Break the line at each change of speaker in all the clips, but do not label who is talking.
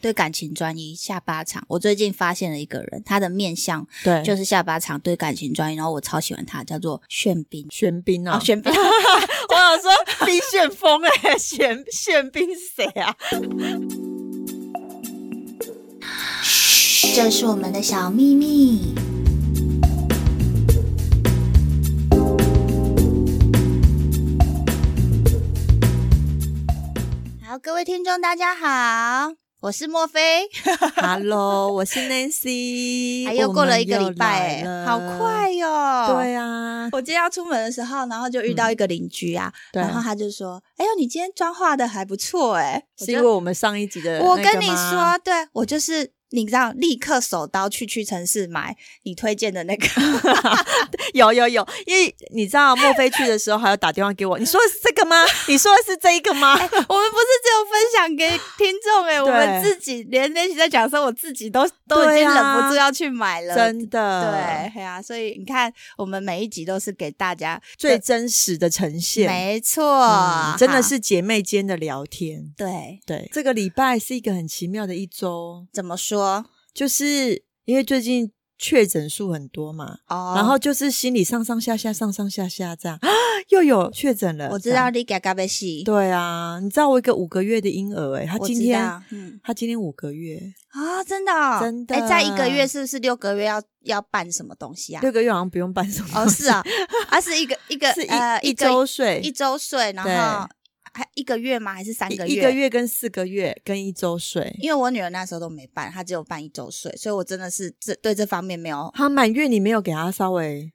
对感情专一，下巴长。我最近发现了一个人，他的面相
对，
就是是下巴长，对感情专一。然后我超喜欢他，叫做玄彬。
玄彬啊，
哦， 玄彬，
我有说 冰旋风
啊
哎、玄玄彬是谁啊？
这是我们的小秘密。好，各位听众，大家好，我是莫非。
Hello，我是 Nancy，
哎，又过了一个礼拜、哎，
我们又来
好
了
快哟、
对啊，
我今天要出门的时候，然后就遇到一个邻居啊，
对
然后他就说：“哎呦，你今天妆化的还不错哎、我
是
就
因为我们上一集的
我
那个
跟你
吗
说，，对我就是你知道，立刻手刀去屈臣氏买你推荐的那 个。
有有有，因为你知道莫非去的时候还要打电话给 我，你说的是这个吗？你说的是这一个 吗？
我们不是只有分享给听众哎、我们
对
自己连那些在讲的时候，我自己都都已
对
经
啊
忍不住要去买了。
真的，
对，对啊，所以你看，我们每一集都是给大家
最真实的呈现，
没错、
嗯真的
哈
是姐妹间的聊天。
对。
对，这个礼拜是一个很奇妙的一周，
怎么说？
就是因为最近确诊数很多嘛，
哦，
然后就是心里上上下下、上上下下这样，啊、又有确诊了。
我知
这样
道你嘎嘎被戏，
对啊，你知道我一个五个月的婴儿、欸，哎，他
我
今
知
天
道嗯
他今天五个月，
啊，真的哦
真的
哎，在一个月是不是六个月要要办什么东西啊？
六个月好像不用办什么
哦，
东西，
是啊，啊是一个一个
是一、
呃
一
个
周岁，
一周岁，然
对
后还一个月吗？还是三个
一
月？
一个。月跟四个月跟一周岁。
因为我女儿那时候都没办，她只有办一周岁，所以我真的是这对这方面没有
他满月你没有给他稍微，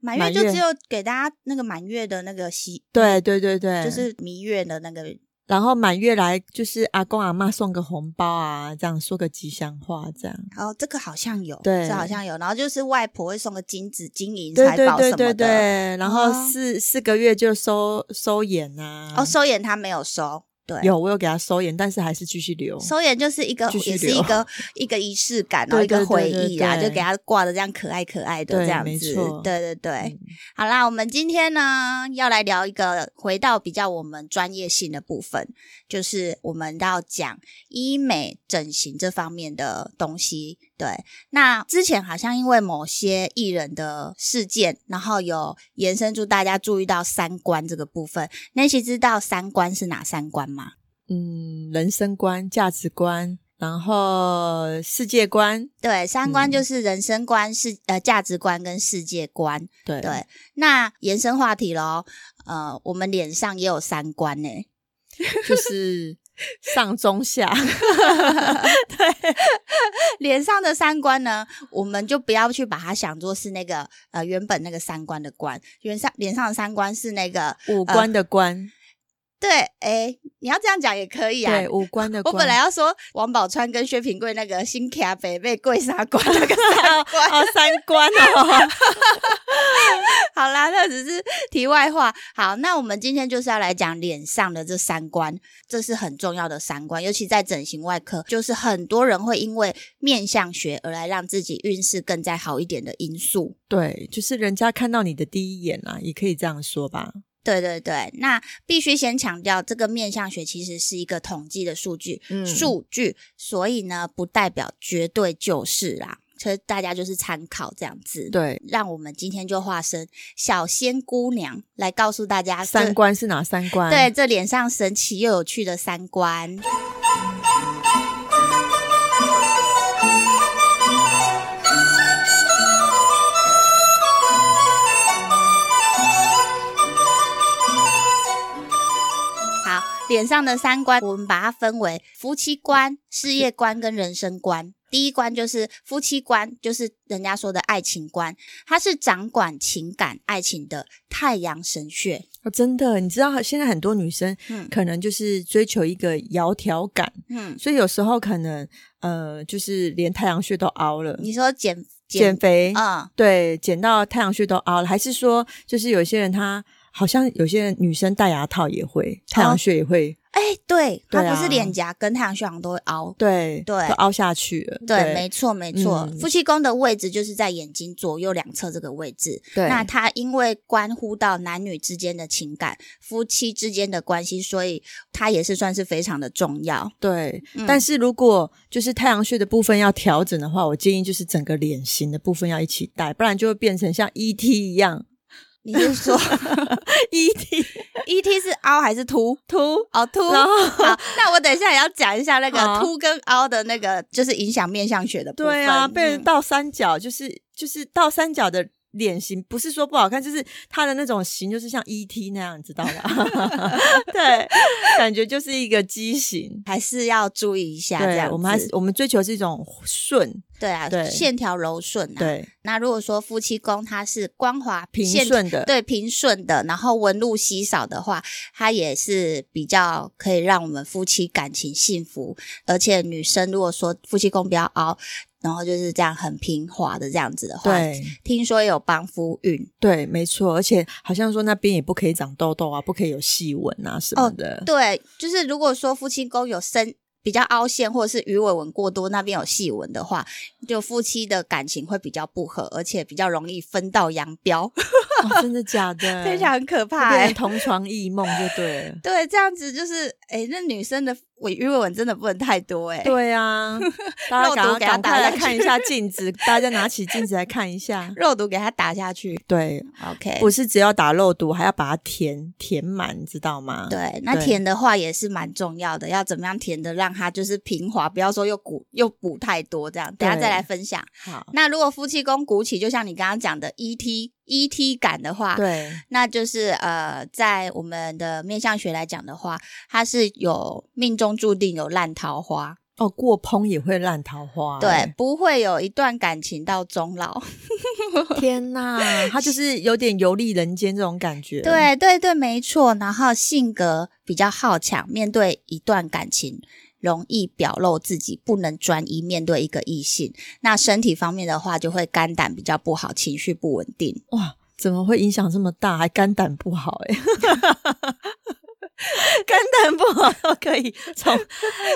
满月，
满
就
月
只有给大家那个满月的那个喜，
对对对对，
嗯就是蜜月的那个
然后满月来就是阿公阿妈送个红包啊，这样说个吉祥话这样。
哦，这个好像有，
对
这好像有。然后就是外婆会送个金子、金银
对
财
对
宝什
对
么的。
对对，然后
哦
四、四个月就收收眼啊。
哦，收眼她没有收，对，
有我有给他收眼，但是还是继续留。
收眼就是一个
继续
也是
留
一 个一个仪式感，然后
对
一个
对
回
对对
忆啦，
对
就给她挂的这样可爱可爱的
对
这样
没
子
错。
对对对
嗯，
好啦，我们今天呢要来聊一个回到比较我们专业性的部分，就是我们要讲医美整形这方面的东西。对，那之前好像因为某些艺人的事件，然后有延伸出大家注意到三观这个部分。Nancy 知道三观是哪三观吗？
嗯，人生观、价值观，然后世界观，
对，三观
嗯
就是人生观、世呃价值观跟世界观。
对
对，那延伸话题喽，呃，我们脸上也有三观呢、
就是上中下。
脸上的三观呢，我们就不要去把它想作是那个呃原本那个三观的观，原上脸上的三观是那个
五官的官，
对，哎，你要这样讲也可以啊。
对，五官的
我
官。
本来 要说王宝钏跟薛平贵那个新卡北被贵杀官那 个三观，
哦，三观哦，
好啦，那只是题外话。好，那我们今天就是要来讲脸上的这三观，这是很重要的三观，尤其在整形外科，就是很多人会因为面相学而来让自己运势更加好一点的因素。
对，就是人家看到你的第一眼啊，也可以这样说吧。
对对对，那必须先强调，这个面相学其实是一个统计的数据，
嗯
数据，所以呢，不代表绝对就是啦，所以大家就是参考这样子。，
对，
让我们今天就化身小仙姑娘来告诉大啊家这
三观是哪三观？
对，，这脸上神奇又有趣的三观。好，脸上的三观，我们把它分为夫妻观、事业观跟人生观。第一关就是夫妻观，就是人家说的爱情观，它是掌管情感、爱情的太阳神穴。
哦、真的，你知道现在很多女生
嗯
可能就是追求一个窈窕感，
嗯，
所以有时候可能呃，就是连太阳穴都凹了，
你说减
减肥，
嗯
对，减到太阳穴都凹了，还是说就是有些人他好像有些人女生戴牙套也会，太阳穴也会，
哎、对，它
对啊
不是脸颊跟太阳穴好像都会凹。
对
对
都凹下去了。
对，没错，没错。
嗯
夫妻宫的位置就是在眼睛左右两侧这个位置。
对
那它因为关乎到男女之间的情感、夫妻之间的关系，所以它也是算是非常的重要。
对，
嗯
但是如果就是太阳穴的部分要调整的话，我建议就是整个脸型的部分要一起戴，不然就会变成像 ET 一样 E
你是 说
，ET
ET 是凹还是凸？
秃，
哦，凸。
然
好，
后
那我等一下也要讲一下那
好
个
啊
凸跟凹的那个，就是影响面相学的部分。
对啊，被
嗯
人倒三角，就是就是倒三角的脸型，不是说不好看，就是它的那种型，就是像 ET 那样，你 知道吧？对，感觉就是一个 畸形。
还是要注意一下。这
对
样，子，
我们还是我们追求是一种顺，
对啊，
对
线条柔顺啊。
对
那如果说夫妻宫它是光滑
平
线
顺的，
对平顺的，然后纹路稀少的话，它也是比较可以让我们夫妻感情幸福。而且女生如果说夫妻宫比较凹，然后就是这样很平滑的这样子的话，
对
听说有帮夫运。
对，没错。而且好像说那边也不可以长痘痘啊，不可以有细纹啊什么
哦
的。
对，就是如果说夫妻宫有深比较凹陷，或者是鱼尾纹过多，那边有细纹的话，就夫妻的感情会比较不和，而且比较容易分道扬镳，
哦真的假 的？
非常可怕、
会变成
欸。
同床异梦就对了。
对，这样子就是，哎、那女生的尾鱼尾纹真的不能太多、欸，哎，
对 啊，大
肉
家
毒给它
赶快赶快
打下
来
去
看一下镜子，大家拿起镜子来看 一下。
肉毒给它打下去
对，
，OK。
不是只要打肉毒，还要把它填填满，你知道吗？
对，那
对
填的话也是蛮重要的，要怎么样填的让它就是平滑，不要说又鼓又补太多这样。等一下
对
再来分享。
好，
那如果夫妻宫鼓起，就像你刚刚讲的 ET ET 感的话，
对
那就是呃，在我们的面相学来讲的话，它是有命中注定有烂桃花，
哦，过烹也会烂桃花、欸
对，不会有一段感情到终老。
对，天哪，他就是有点游历人间这种感觉。，
对对对，没错。然后性格比较好强，面对一段感情容易表露自己，不能专一面对一个异性。那身体方面的话，就会肝胆比较不好，情绪不稳 定。
哇，怎么会影响这么大？还肝胆不好哎、 肝胆不好都可以从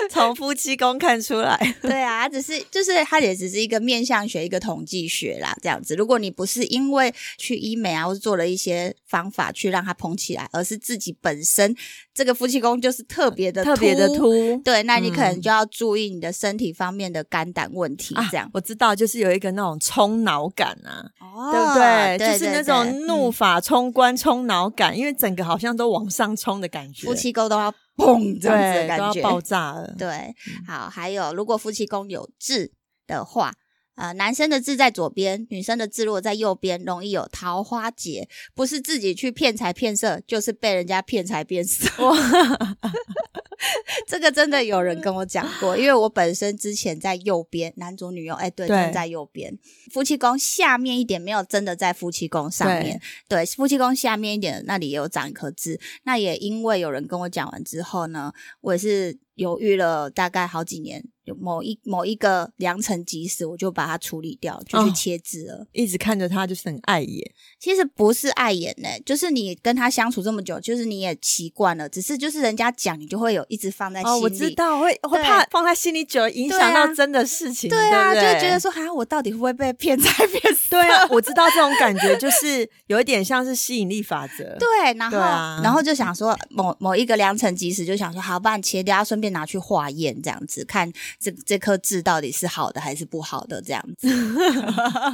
从夫妻宫看出来，
对啊，只是就是它也只是一个面相学，一个统计学啦，这样子。如果你不是因为去医美啊，或是做了一些方法去让它蓬起来，而是自己本身这个夫妻宫就是特别的
特别的。凸。
对，那你可能
嗯
就要注意你的身体方面的肝胆问题，这样
啊、、我知道，就是有一个那种冲脑感啊，
哦
对不对？就是
对
那种怒
嗯
发冲冠、冲脑感，因为整个好像都往上冲的感觉，
夫妻沟都要砰这样子的
对
感
都要爆
觉。
炸了。
对，好，还有如果夫妻宫有痣的话。呃，男生的痣在左边，女生的痣落在右边，容易有桃花劫。不是自己去骗财骗色，就是被人家骗财骗色。 这个真的有人跟我讲过，因为我本身之前在右边，男左女右，哎，对，
对
站在右边，夫妻宫下面一点，没有真的在夫妻宫上面。对，夫妻宫下面一点那里也有长一颗痣。那也因为有人跟我讲完之后呢，我也是犹豫了大概好几年，有某一某一个良辰吉时，我就把它处理掉，就去
哦
切痣了。
一直看着他就是很碍眼，
其实不是碍眼呢、就是你跟他相处这么久，就是你也习惯了，只是就是人家讲你就会有一直放在心里。
哦，我知道会会
对
怕放在心里久了影响
对
到
啊
真的事情，
对啊，
不
就觉得说哈，我到底会不会被骗 财骗色？
对 啊，我知道这种感觉就是有一点像是吸引力法则，
对，然后、
对啊
然后就想说某某一个良辰吉时，就想说好，不然切掉，顺便拿去化验，这样子看这这颗痣到底是好的还是不好的，这样子。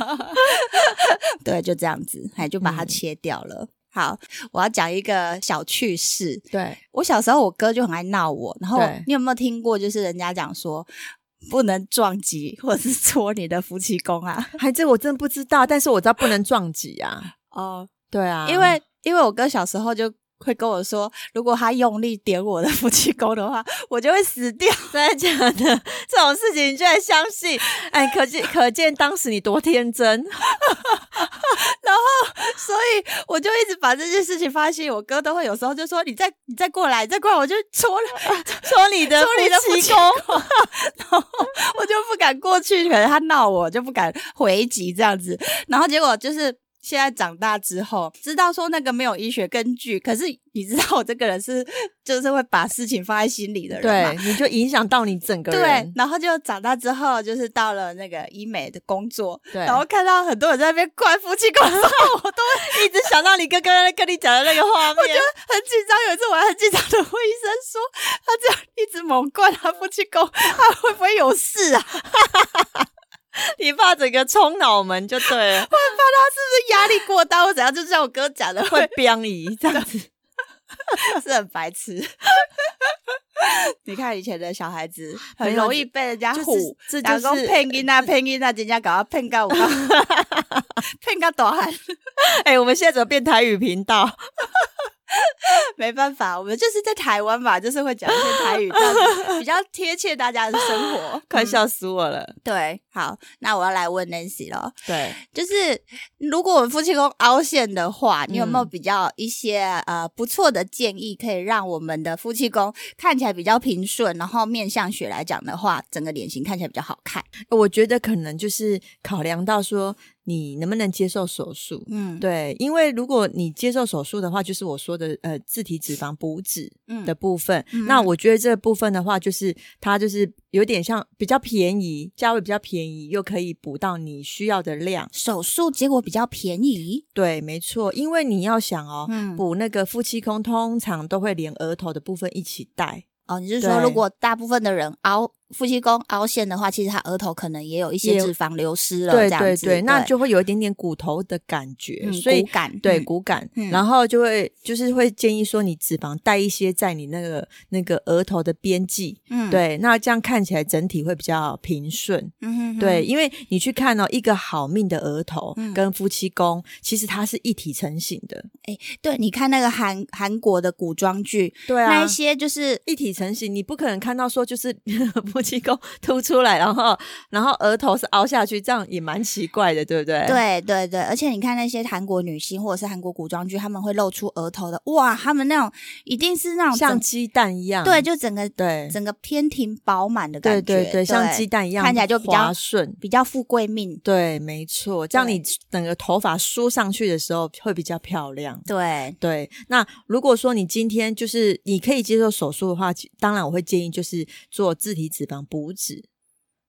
对，就这样子，哎，就把它
嗯
切掉了。好，我要讲一个小趣事。
对，
我小时候，我哥就很爱闹我。然后
对
你有没有听过，就是人家讲说不能撞击或者是戳你的夫妻宫啊？
还这我真不知道，但是我知道不能撞击啊，
哦，
对啊，
因为因为我哥小时候就会跟我说，如果他用力点我的 夫妻宫的话，我就会死掉。
真的假的？这种事情你居然相 信？哎，可见可见当时你多天 真。
所以我就一直把这件事情放在心里。我哥都会有时候就说：“你再你再过来，你再过来，我就戳了，
说你的
戳你的夫
夫
妻
妻宫，
我就不敢过去。”可能他闹我，就不敢回击这样子。然后结果就是现在长大之后，知道说那个没有医学根据，可是你知道我这个人是就是会把事情放在心里的人
对
嘛。，
你就影响到你整个
对
人，。
然后就长大之后，就是到了那个医美的工作，
对
然后看到很多人在那边灌夫妻宫的时候，我都
一直想到你哥刚刚跟你讲的那个 画面，
很紧张。有一次我还很紧张的问医生说，他这样一直猛灌
嗯
他夫妻宫，他会不会有事啊？
你爸整个冲脑门就对了，
是压力过大或怎样？就像我哥讲的，
会飙移这样子。
是很白痴。 你看以前的小孩子很
没有
容易被人家
就是
唬，
这就
打工
是嗯
骗囡仔，骗囡仔，人家搞到骗到我，骗到大汉。
哎、我们现在怎么变台语频道？
没办法，我们就是在台湾嘛，就是会讲一些台语，这样子比较贴切大家的生
。
活
快笑死我了。
对，好，那我要来问 Nancy 了，
对，
就是如果我们夫妻宫凹陷的话，你有没有
嗯
比较一些、呃不错的建议，可以让我们的夫妻宫看起来比较平顺，然后面相学来讲的话，整个脸型看起来比较好看？
我觉得可能就是考量到说你能不能接受手术。
嗯，
对，因为如果你接受手术的话，就是我说的呃自体脂肪补脂
嗯
的部分。
嗯
那我觉得这部分的话，就是它就是有点像比较便宜，价位比较便宜，又可以补到你需要的量。
手术结果比较便宜，
对，没错，因为你要想哦，
嗯，
补那个夫妻宫通常都会连额头的部分一起带。
哦，你是说
对
如果大部分的人凹夫妻宫凹陷的话，其实他额头可能也有一些
也
脂肪流失了，这
对
样
对
子
对，那就会有一点点骨头的感觉，
嗯
所以
骨感
对
嗯
骨感，
嗯
然后就会就是会建议说你脂肪带一些在你那个那个额头的边际，
嗯，
对，那这样看起来整体会比较平顺。
嗯哼哼
对，因为你去看哦，一个好命的额头
嗯
跟夫妻宫，其实它是一体成型的。
对，你看那个韩韩国的古装剧，
对啊
那一些就是
一体成型，你不可能看到说就是 夫妻宫凸出来，然后然后额头是凹下去，这样也蛮奇怪的，对不对？
对对对，而且你看那些韩国女星或者是韩国古装剧，她们会露出额头的，哇，她们那种一定是那种
像
整
鸡蛋一样，
对，就整个
对
整个偏挺饱满的感觉，
对对对，像鸡蛋一样，
看起来就比较
滑顺。
比较富贵命，
对，没错，这样
对
你整个头发梳上去的时候会比较漂亮。
对，
对，那如果说你今天就是你可以接受手术的话，其当然我会建议就是做自体脂肪补脂。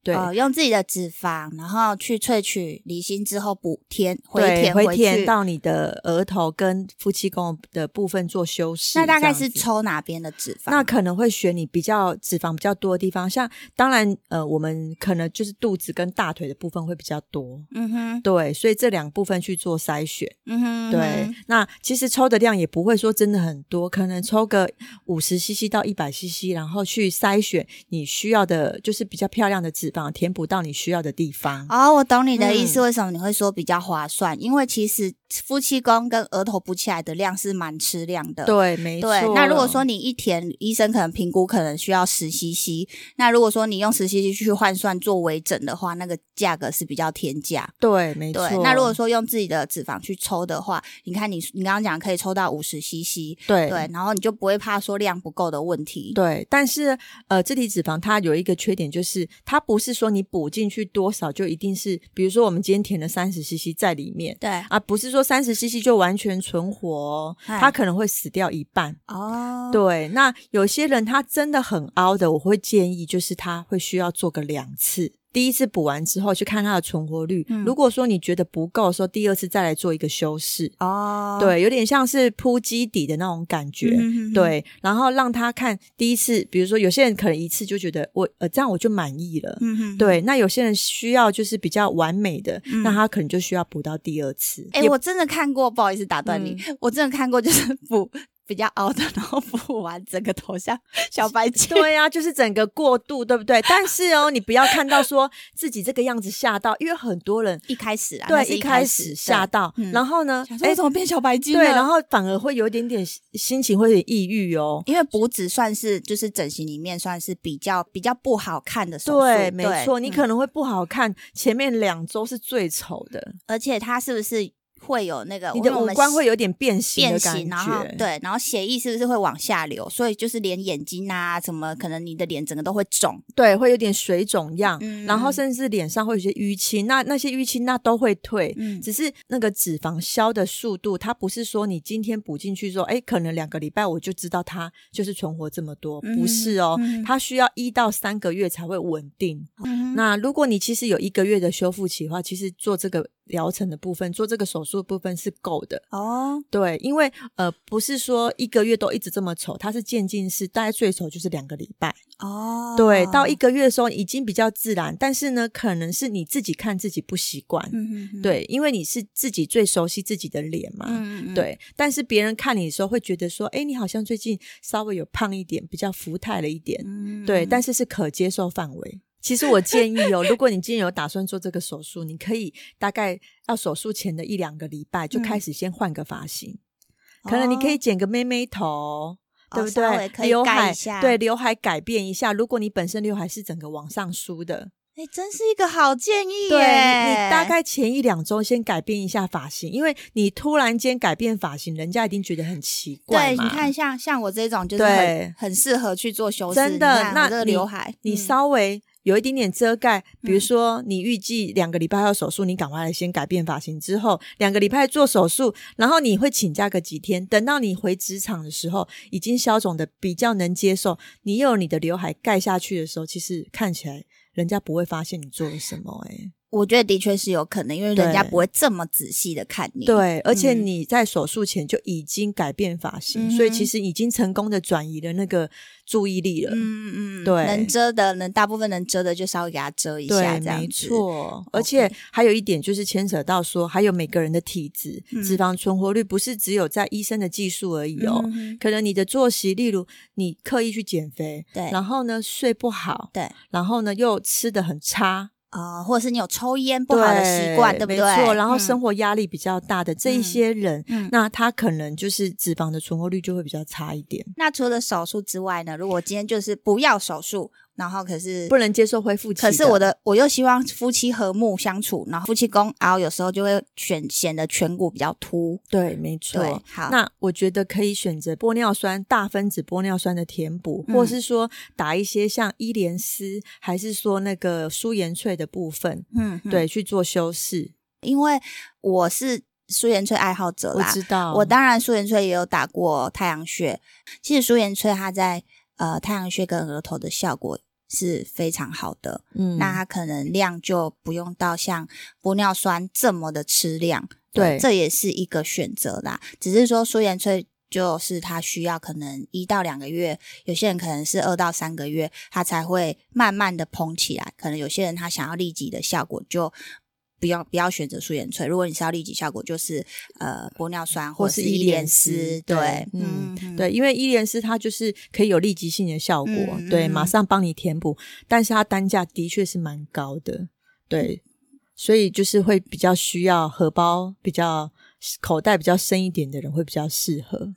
对，
哦，用自己的脂肪，然后去萃取离心之后补填回
对
填
回
去
填。到你的额头跟夫妻宫的部分做修饰。
那大概
这样
是
子
抽哪边的脂肪？
那可能会选你比较脂肪比较多的地方，像当然呃，我们可能就是肚子跟大腿的部分会比较多。
嗯哼，
对，所以这两部分去做筛选。
嗯哼，
对，
嗯哼，
那其实抽的量也不会说真的很多，可能抽个五十 CC 到一百 CC，然后去筛选你需要的，就是比较漂亮的脂肪，填补到你需要的地方。
哦，我懂你的意思，
嗯
为什么你会说比较划算？因为其实夫妻宫跟额头补起来的量是蛮吃量的。
对，没错。
对，那如果说你一填，医生可能评估可能需要十 CC，那如果说你用十 CC 去换算做微整的话，那个价格是比较天价。
对，没
对
错。，
那如果说用自己的脂肪去抽的话，你看你你刚刚讲可以抽到五十 CC，
对
对，然后你就不会怕说量不够的问题。
对，但是呃，自体脂肪它有一个缺点，就是它不是说你补进去多少就一定是，比如说我们今天填了三十 CC 在里面
对，
啊，不是说三十 CC 就完全存活哦、
嗨
它可能会死掉一半。
哦，
对，那有些人他真的很凹的，我会建议就是他会需要做个两次。第一次补完之后，去看他的存活率。
嗯
如果说你觉得不够的时候，第二次再来做一个修饰。
哦，
对，有点像是铺基底的那种感觉。
嗯哼哼哼
对，然后让他看第一次，比如说有些人可能一次就觉得我呃这样我就满意了。
嗯哼，
对，那有些人需要就是比较完美的，
嗯
那他可能就需要补到第二次。
哎、
也
我真的看过，不好意思打断你，我真的看过，就是补比较凹的，然后补完整个头像小白 切。
对呀、就是整个过渡，对 不对？但是哦，你不要看到说自己这个样子吓到，因为很多人
一开始啊，那
对
是一
开
始
吓，到，
嗯
然后呢
对，想
哎
说怎么变小白金了？
对，然后反而会有一点点心情会有点抑郁哦。
因为补脂算是就是整形里面算是比较比较不好看的手术，
对，没错，你
嗯
可能会不好看，前面两周是最丑的。
而且它是不是会有那个
你
嗯
的
因为我
五
们
官会有点变形
变
的感
形，然后
觉，，
对，然后血液是不是会往下流？所以就是连眼睛啊，什么可能你的脸整个都会肿。
对，会有点水肿样，
嗯
然后甚至脸上会有一些淤青，那那些淤青那都会退，
嗯
只是那个脂肪消的速度，它不是说你今天补进去说，哎，可能两个礼拜我就知道它就是存活这么多，
嗯
不是哦，
嗯
它需要一到三个月才会稳定。
嗯
那如果你其实有一个月的修复期的话，其实做这个疗程的部分，做这个手术的部分是够的。
哦，
对，因为呃，不是说一个月都一直这么丑，它是渐进式，大概最丑就是两个礼拜。
哦，
对，到一个月的时候已经比较自然，但是呢，可能是你自己看自己不习惯。
嗯嗯，
对，因为你是自己最熟悉自己的脸嘛。
嗯，嗯，
对，但是别人看你的时候会觉得说，哎，你好像最近稍微有胖一点，比较浮态了一点。
嗯
对，但是是可接受范围。其实我建议哦，如果你今天有打算做这个手术，你可以大概要手术前的一两个礼拜就开
嗯
始先换个发型，可能你可以剪个妹妹头，对不
哦稍微
对？
可以
刘
盖一
海
下
对刘海改变一下。如果你本身刘海是整个往上梳的，
哎，真是一个好建议
对你你
耶
大概前一两周先改变一下发型，因为你突然间改变发型，人家一定觉得很奇怪
对，
嘛。
你看像像我这种就是
对
很很适合去做修饰，
真的
你看
那
我这个
你
刘海，
你
嗯
稍微有一点点遮盖，比如
嗯
说你预计两个礼拜要手术，你赶快来先改变发型，之后两个礼拜做手术，然后你会请假个几天，等到你回职场的时候，已经消肿的比较能接受，你又有你的刘海盖下去的时候，其实看起来人家不会发现你做了什么、欸，
我觉得的确是有可能，因为人家
对
不会这么仔细的看你，
对，而且
嗯
你在手术前就已经改变发型，所以其
嗯哼
实已经成功的转移了那个注意力了。
嗯嗯嗯，
对
能遮的能大部分能遮的就稍微给它遮一下，
对，
这样
没
子，
错。而
OK
且还有一点就是牵扯到说，还有每个人的体质、
嗯
脂肪存活率，不是只有在医生的技术而已哦。
嗯哼
可能你的作息，例如你刻意去减肥，
对
然后呢睡不好，
对，
然后呢又吃的很差，
啊，或者是你有抽烟不好的习惯，对不
没
对？嗯
错，然后生
活，
活压力比较大的这一
嗯
些人，
嗯
那他可能就是脂肪的存活率就会比较差一点，
那除了手术之外呢？如果今天就是不要手术，然后可是
不能接受恢复期。
可是我的，我又希望夫妻和睦相处，然后夫妻宫凹有时候就会显显得颧骨比较凸。
对，没错
对，。好，
那我觉得可以选择玻尿酸大分子玻尿酸的填补，
嗯
或是说打一些像伊莲丝，还是说那个舒颜萃的部分，
嗯，嗯，
对，去做修饰。
因为我是舒颜萃爱好者
我
啦，
知道，
我当然舒颜萃也有打过太阳穴。其实舒颜萃它在呃太阳穴跟额头的效果是非常好的，
嗯
那它可能量就不用到像玻尿酸这么的吃量，
对
这也是一个选择啦。只是说舒颜萃就是它需要可能一到两个月，有些人可能是二到三个月，它才会慢慢的膨起来。可能有些人他想要立即的效果就。不要不要选择舒颜萃，如果你是要立即效果，就是呃玻尿酸
或
或
是
是
伊
伊
莲
莲
丝
丝，
对
对，
嗯
嗯，嗯，
对，因为伊莲丝它就是可以有立即性的效果，
嗯
对，
嗯
马上帮你填补，但是它单价的确是蛮高的，
嗯
对，所以就是会比较需要荷包比较口袋比较深一点的人会比较适合，
嗯，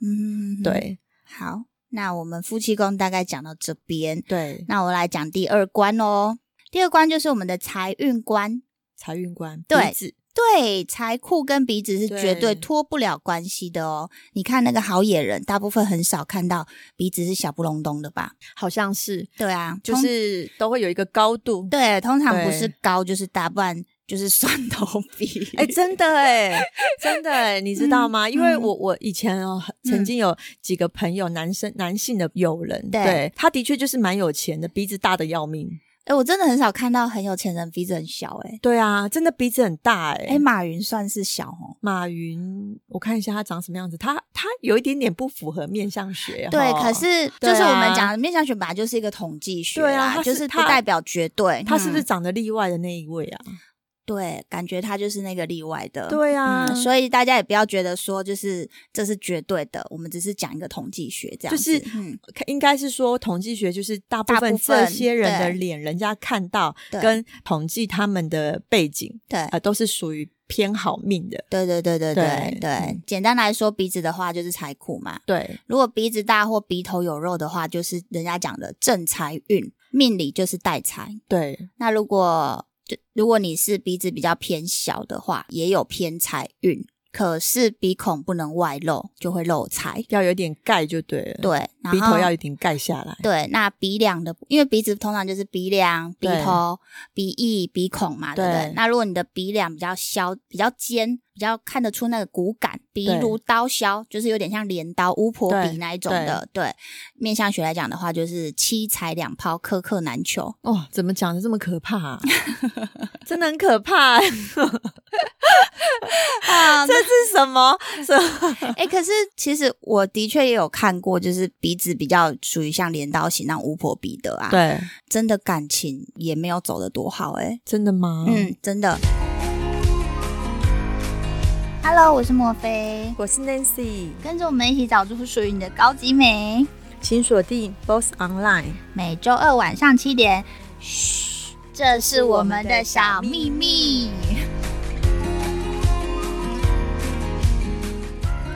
嗯，嗯
对
好，那我们夫妻宫大概讲到这边，
对，
那我来讲第二关哦。第二关就是我们的财运关，
财运观
对
鼻子
对，财库跟鼻子是绝
对
对脱不了关系的哦。你看那个好野人，大部分很少看到鼻子是小不隆咚的吧？
好像是
对啊，
就
通
是都会有一个高度。
对，通常不
对
是高就是大，不然就是蒜头鼻。
哎、真的哎、真的哎、你知道吗？因为
嗯
我我以前哦，曾经有几个朋友，男生男性的友人，
对
他的确就是蛮有钱的，鼻子大的要命。
哎，我真的很少看到很有钱人鼻子很小、诶
对啊，真的鼻子很大哎、
哎，哎，马云算是小哦。
马云，我看一下他长什么样子，他他有一点点不符合面相学哦。
对，可是
对
就是我
啊
们讲的面相学本来就是一个统计学
对啊
啦
它
就是是不
它
代表绝对。
他是不是
嗯
长得例外的那一位啊？
对？感觉他就是那个例外的。
对啊，
嗯，所以大家也不要觉得说就是这是绝对的，我们只是讲一个统计学这样
就
子，
是
嗯，
看应该是说统计学就是大部
大
分
部
这
分
些人的
对
脸，人家看到
对
跟统计他们的背景，
对
呃，都是属于偏好命的。
对对对对对
对
对
嗯。
简单来说，鼻子的话就是财库嘛，
对，
如果鼻子大或鼻头有肉的话，就是人家讲的正财运，命理就是带财。
对，
那如果就如果你是鼻子比较偏小的话，也有偏财运。可是鼻孔不能外露，就会漏财。
要有点盖就对了，
对，然后
鼻头要有点盖下来，
对，那鼻梁的，因为鼻子通常就是鼻梁、鼻
对
头、鼻翼、鼻孔嘛，对不对
对？
那如果你的鼻梁比较削、比较尖，比较看得出那个骨感，比
对
如刀削，就是有点像镰刀、巫婆
对
鼻那一种的。对，面相学来讲的话，就是七财两抛，苛刻难求。
哦，怎么讲的这么可怕、 啊？真的很可怕、
啊，
这是什么？什么？
哎、可是其实我的确也有看过，就是鼻子比较属于像镰刀型那种巫婆鼻的啊，
对，
真的感情也没有走得多好哎、
真的吗？，
嗯，真的。Hello，我是莫菲，
我是 Nancy，
跟着我们一起找出属于你的高级美。
请锁定 Boss Online。
每周二晚上七点，嘘，这是我们的小秘密。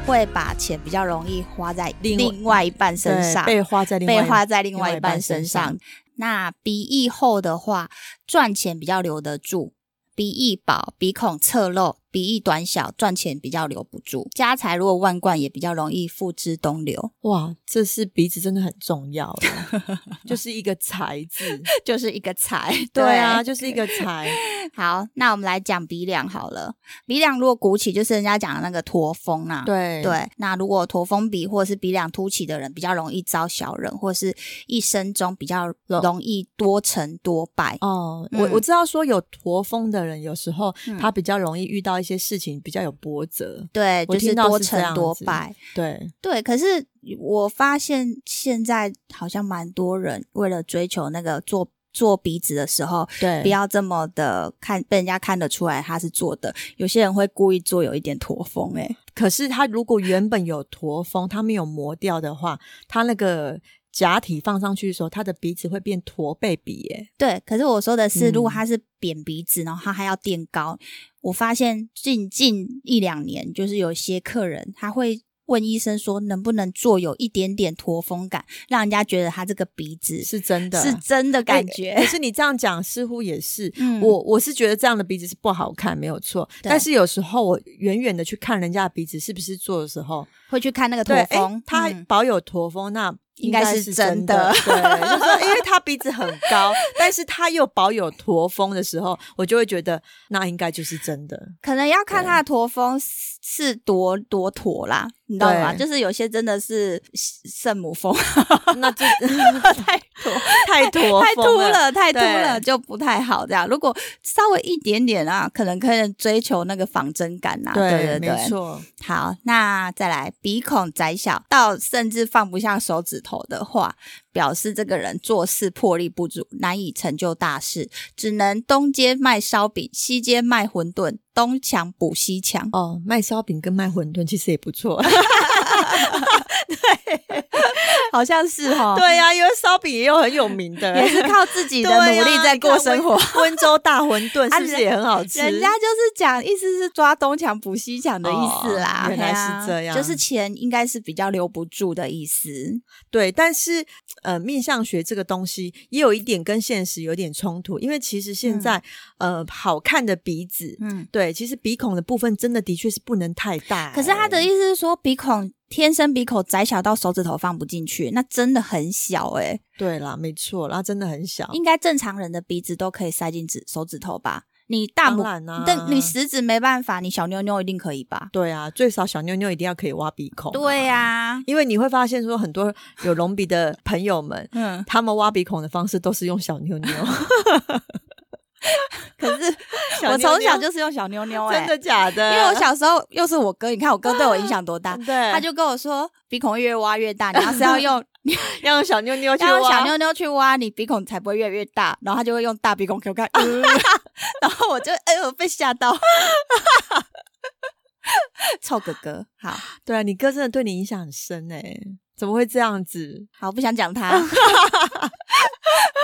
会把钱比较容易花在
另
另外一半身
对，
上，
被花在另外
被
一
花在另
另
外
外
一
一
半
半
身
身
上
上。
那鼻翼厚的话，赚钱比较留得住；鼻翼薄、鼻孔侧漏、鼻翼短小，赚钱比较留不住。家财如果万贯，也比较容易付之东流，
哇，这是鼻子真的很重要了，就是一个财字。
就是一个财。
对啊，，就是一个财。
好，那我们来讲鼻梁好了。鼻梁如果鼓起，就是人家讲的那个驼峰啊。。
对
对，那如果驼峰鼻或者是鼻梁凸起的人，比较容易招小人，或是一生中比较容易多成多败。
哦，
嗯
我我知道说有驼峰的人，有时候
嗯
他比较容易遇到一些事情，比较有波折。
对，
我
就是
听到
多
是这
成
样
多
子
败。
对，
对，可是我发现现在好像蛮多人为了追求那个做做鼻子的时候，
对，
不要这么的看被人家看得出来他是做的，有些人会故意做有一点驼峰、欸，
可是它如果原本有驼峰，它没有磨掉的话，它那个假体放上去的时候，它的鼻子会变驼背鼻耶。
对，可是我说的是，如果
嗯
他是扁鼻子，然后他还要垫高，我发现近近一两年，就是有一些客人他会。问医生说能不能做有一点点驼峰感，让人家觉得他这个鼻子
是 真的哎
是真的感觉。
可是你这样讲，似乎也是。
嗯
我我是觉得这样的鼻子是不好看，没有错。
对
但是有时候我远远的去看人家的鼻子是不是做的时候，
会去看那个
对，
驼
诶
峰，
他
嗯
保有驼峰，那
应
应
该
该
是
是
真
真
的
对，就是说因为他鼻子很高，但是他又保有驼峰的时候，我就会觉得那应该就是真的。
可能要看他的驼峰是是多多驼啦，你知道吗？就
对
是有些真的是圣母峰，
那就
太驼啊
太 驼
太
峰
秃了，太秃
对
了就不太好。这样，如果稍微一点点啊，可能可以追求那个仿真感啊。对对
对，没
对，
错，
好，那再来，鼻孔窄小到甚至放不下手指头的话，表示这个人做事魄力不足，难以成就大事，只能东街卖烧饼，西街卖馄饨，东墙补西墙。
哦，卖烧饼跟卖馄饨其实也不错。
好像是哈、
对呀、因为烧饼也有很有名的，
也是靠自 己的
对
努
呀
力在
你
过
看
生活。
温温州大馄饨
啊
是不是
人
也很好 吃？
人家就是讲，意思是抓东墙补西墙的意思啦。
哦原来是
嘿啊
这样
就是钱应该是比较留不住的意思。
对，但是呃，面相学这个东西也有一点跟现实有点冲突，因为其实现在、呃，好看的鼻子，
嗯，
对，其实鼻孔的部分真的的确是不能太大、
可是他的意
欸
思是说，鼻孔天生鼻孔窄小到手指头放不进去，那真的很小诶、
对啦，没错，它真的很小，
应该正常人的鼻子都可以塞进指手指头吧？你大
当
拇，
然啊，
但你食指没办法，你小妞妞一定可以吧？
对啊，最少小妞妞一定要可以挖鼻孔、啊
对、啊呀、。
因为你会发现说很多有隆鼻的朋友们
嗯，
他们挖鼻孔的方式都是用小妞妞，
可是
小
我
妞
从小
妞
就是用小妞妞、欸，
真的假的？，
因为我小时候又是我哥，你看我哥对我影响多大
对，
他就跟我说，鼻孔越挖越大，你要是要用
要用小妞妞去
要用
挖，
小妞妞去挖，你鼻孔才不会越来越大。然后他就会用大鼻孔给我看， 呃然后我就哎呦被吓到，臭哥哥，好
对啊，你哥真的对你影响很深哎、怎么会这样子？
好不想讲他。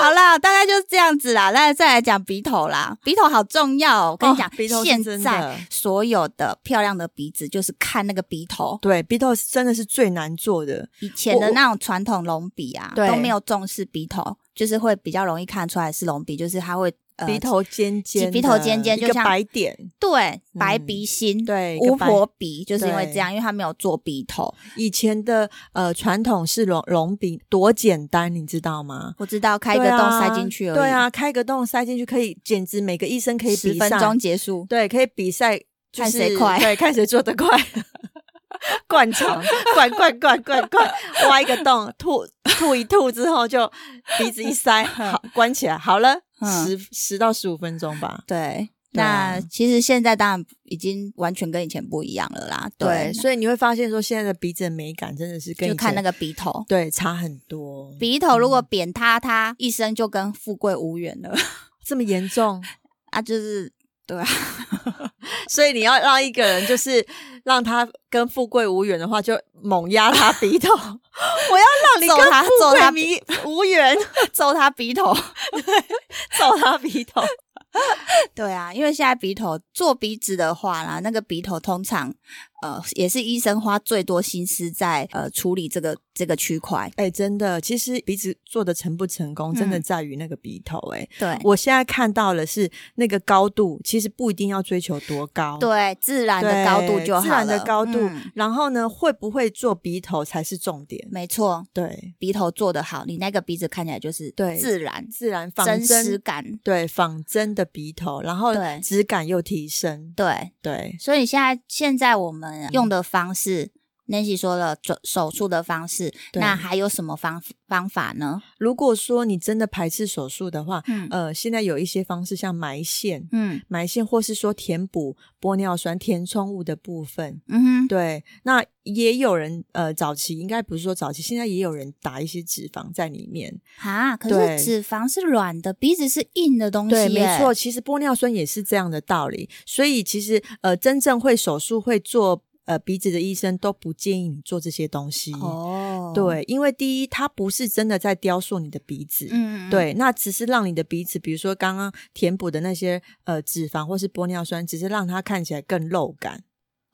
好啦，大概就是这样子啦。那再来讲鼻头啦，鼻头好重要、哦。我跟你讲，
哦鼻头是
现
真的
在所有的漂亮的鼻子就是看那个鼻头。
对，鼻头是真的是最难做的，
以前的
我
那种传统隆鼻啊，
对
都没有重视鼻头，就是会比较容易看出来是隆鼻，就是它会呃
鼻头尖尖的，
鼻头尖尖
一
就
个
像
白点。
对白
嗯
鼻心，
对一个
巫
白
婆鼻，就是因为
对
这样，因为他没有做鼻头。
以前的呃传统是隆隆鼻，多简单，你知道吗？
我知道开一个
对
洞
啊
塞进去而已，
对，啊，开个洞塞进去可以，简直每个医生可以
十
比
分
上
钟结束。
对，可以比赛，就
看谁
是
快
对，看谁做得快。 灌肠，灌灌灌灌灌，挖一个洞，吐吐一吐之后，就鼻子一塞， 好关起来，好了，
嗯
十十到十五分钟吧。
对，
对啊
那其实现在当然已经完全跟以前不一样了啦。
对，
对，
所以你会发现说，现在的鼻子的美感真的是跟嗯
就看那
个
个鼻头。
对差很多，
鼻头如果扁塌塌，一生就跟富贵无缘了
这么严重。
啊！就是对啊，
所以你要让一个人就是让他跟富贵无缘的话，就猛压他鼻头。我要让 你
揍
跟
他
富
揍他
贵迷无缘，
揍他鼻头。
揍他鼻头。
对啊，因为现在鼻头做鼻子的话啦，那个鼻头通常呃也是医生花最多心思在呃处理这个这个区块。
哎、真的，其实鼻子做的成不成功，真的
嗯
在于那个鼻头、哎、
对
我现在看到了是那个高度，其实不一定要追求多高，
对，自然
对，
的高度就好了。
自然的高度。
嗯
然后呢，会不会做鼻头才是重点？
没错，
对，
鼻头做得好，你那个鼻子看起来就是
对
自然、
自然仿
真
真
实感。
对仿真的鼻头，然后
对
质感又提升，
对，
对
所以现在现在我们用的方式。Nancy 说了手手术的方式，
对
那还有什么方方法呢？
如果说你真的排斥手术的话，
嗯
呃，现在有一些方式，像埋线、
嗯
埋线，或是说填补玻尿酸填充物的部分。
嗯哼，
对，那也有人呃，早期应该不是说早期，现在也有人打一些脂肪在里面。
啊，可
对
是脂肪是软的，鼻子是硬的东西
对，
耶，
没错，其实玻尿酸也是这样的道理。所以其实呃，真正会手术会做呃鼻子的医生都不建议你做这些东西。
哦，，
对，因为第一，它不是真的在雕塑你的鼻子。
嗯，嗯，
对，那只是让你的鼻子，比如说刚刚填补的那些呃脂肪或是玻尿酸，只是让它看起来更肉感。